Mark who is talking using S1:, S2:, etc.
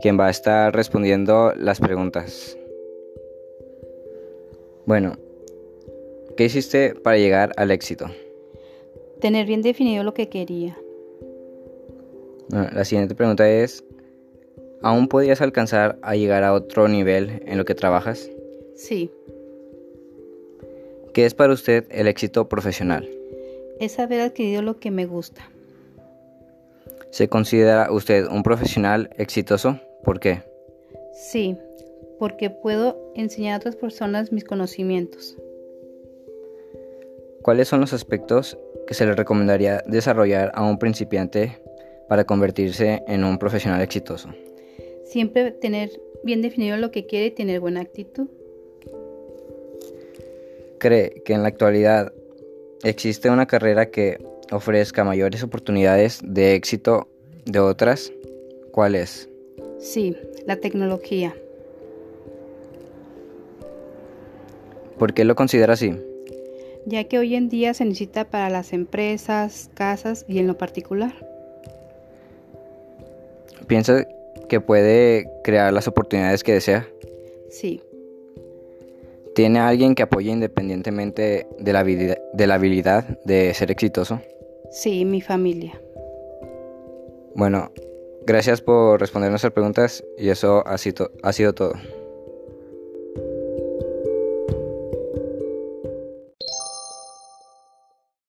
S1: quien va a estar respondiendo las preguntas. Bueno, ¿qué hiciste para llegar al éxito?
S2: Tener bien definido lo que quería.
S1: Bueno, la siguiente pregunta es, ¿aún podías alcanzar a llegar a otro nivel en lo que trabajas?
S2: Sí,
S1: ¿Qué es para usted el éxito profesional?
S2: es haber adquirido lo que me gusta.
S1: ¿Se considera usted un profesional exitoso? ¿Por qué?
S2: Sí, porque puedo enseñar a otras personas mis conocimientos.
S1: ¿Cuáles son los aspectos que se le recomendaría desarrollar a un principiante para convertirse en un profesional exitoso?
S2: Siempre tener bien definido lo que quiere y tener buena actitud.
S1: ¿Cree que en la actualidad existe una carrera que ofrezca mayores oportunidades de éxito de otras? ¿Cuál es?
S2: Sí, la tecnología.
S1: ¿Por qué lo considera así?
S2: ya que hoy en día se necesita para las empresas, casas y en lo particular.
S1: ¿Piensa que puede crear las oportunidades que desea?
S2: Sí,
S1: ¿Tiene alguien que apoye independientemente de la, habili- de la habilidad de ser exitoso?
S2: sí, mi familia.
S1: Bueno, gracias por responder nuestras preguntas y eso ha sido- ha sido todo.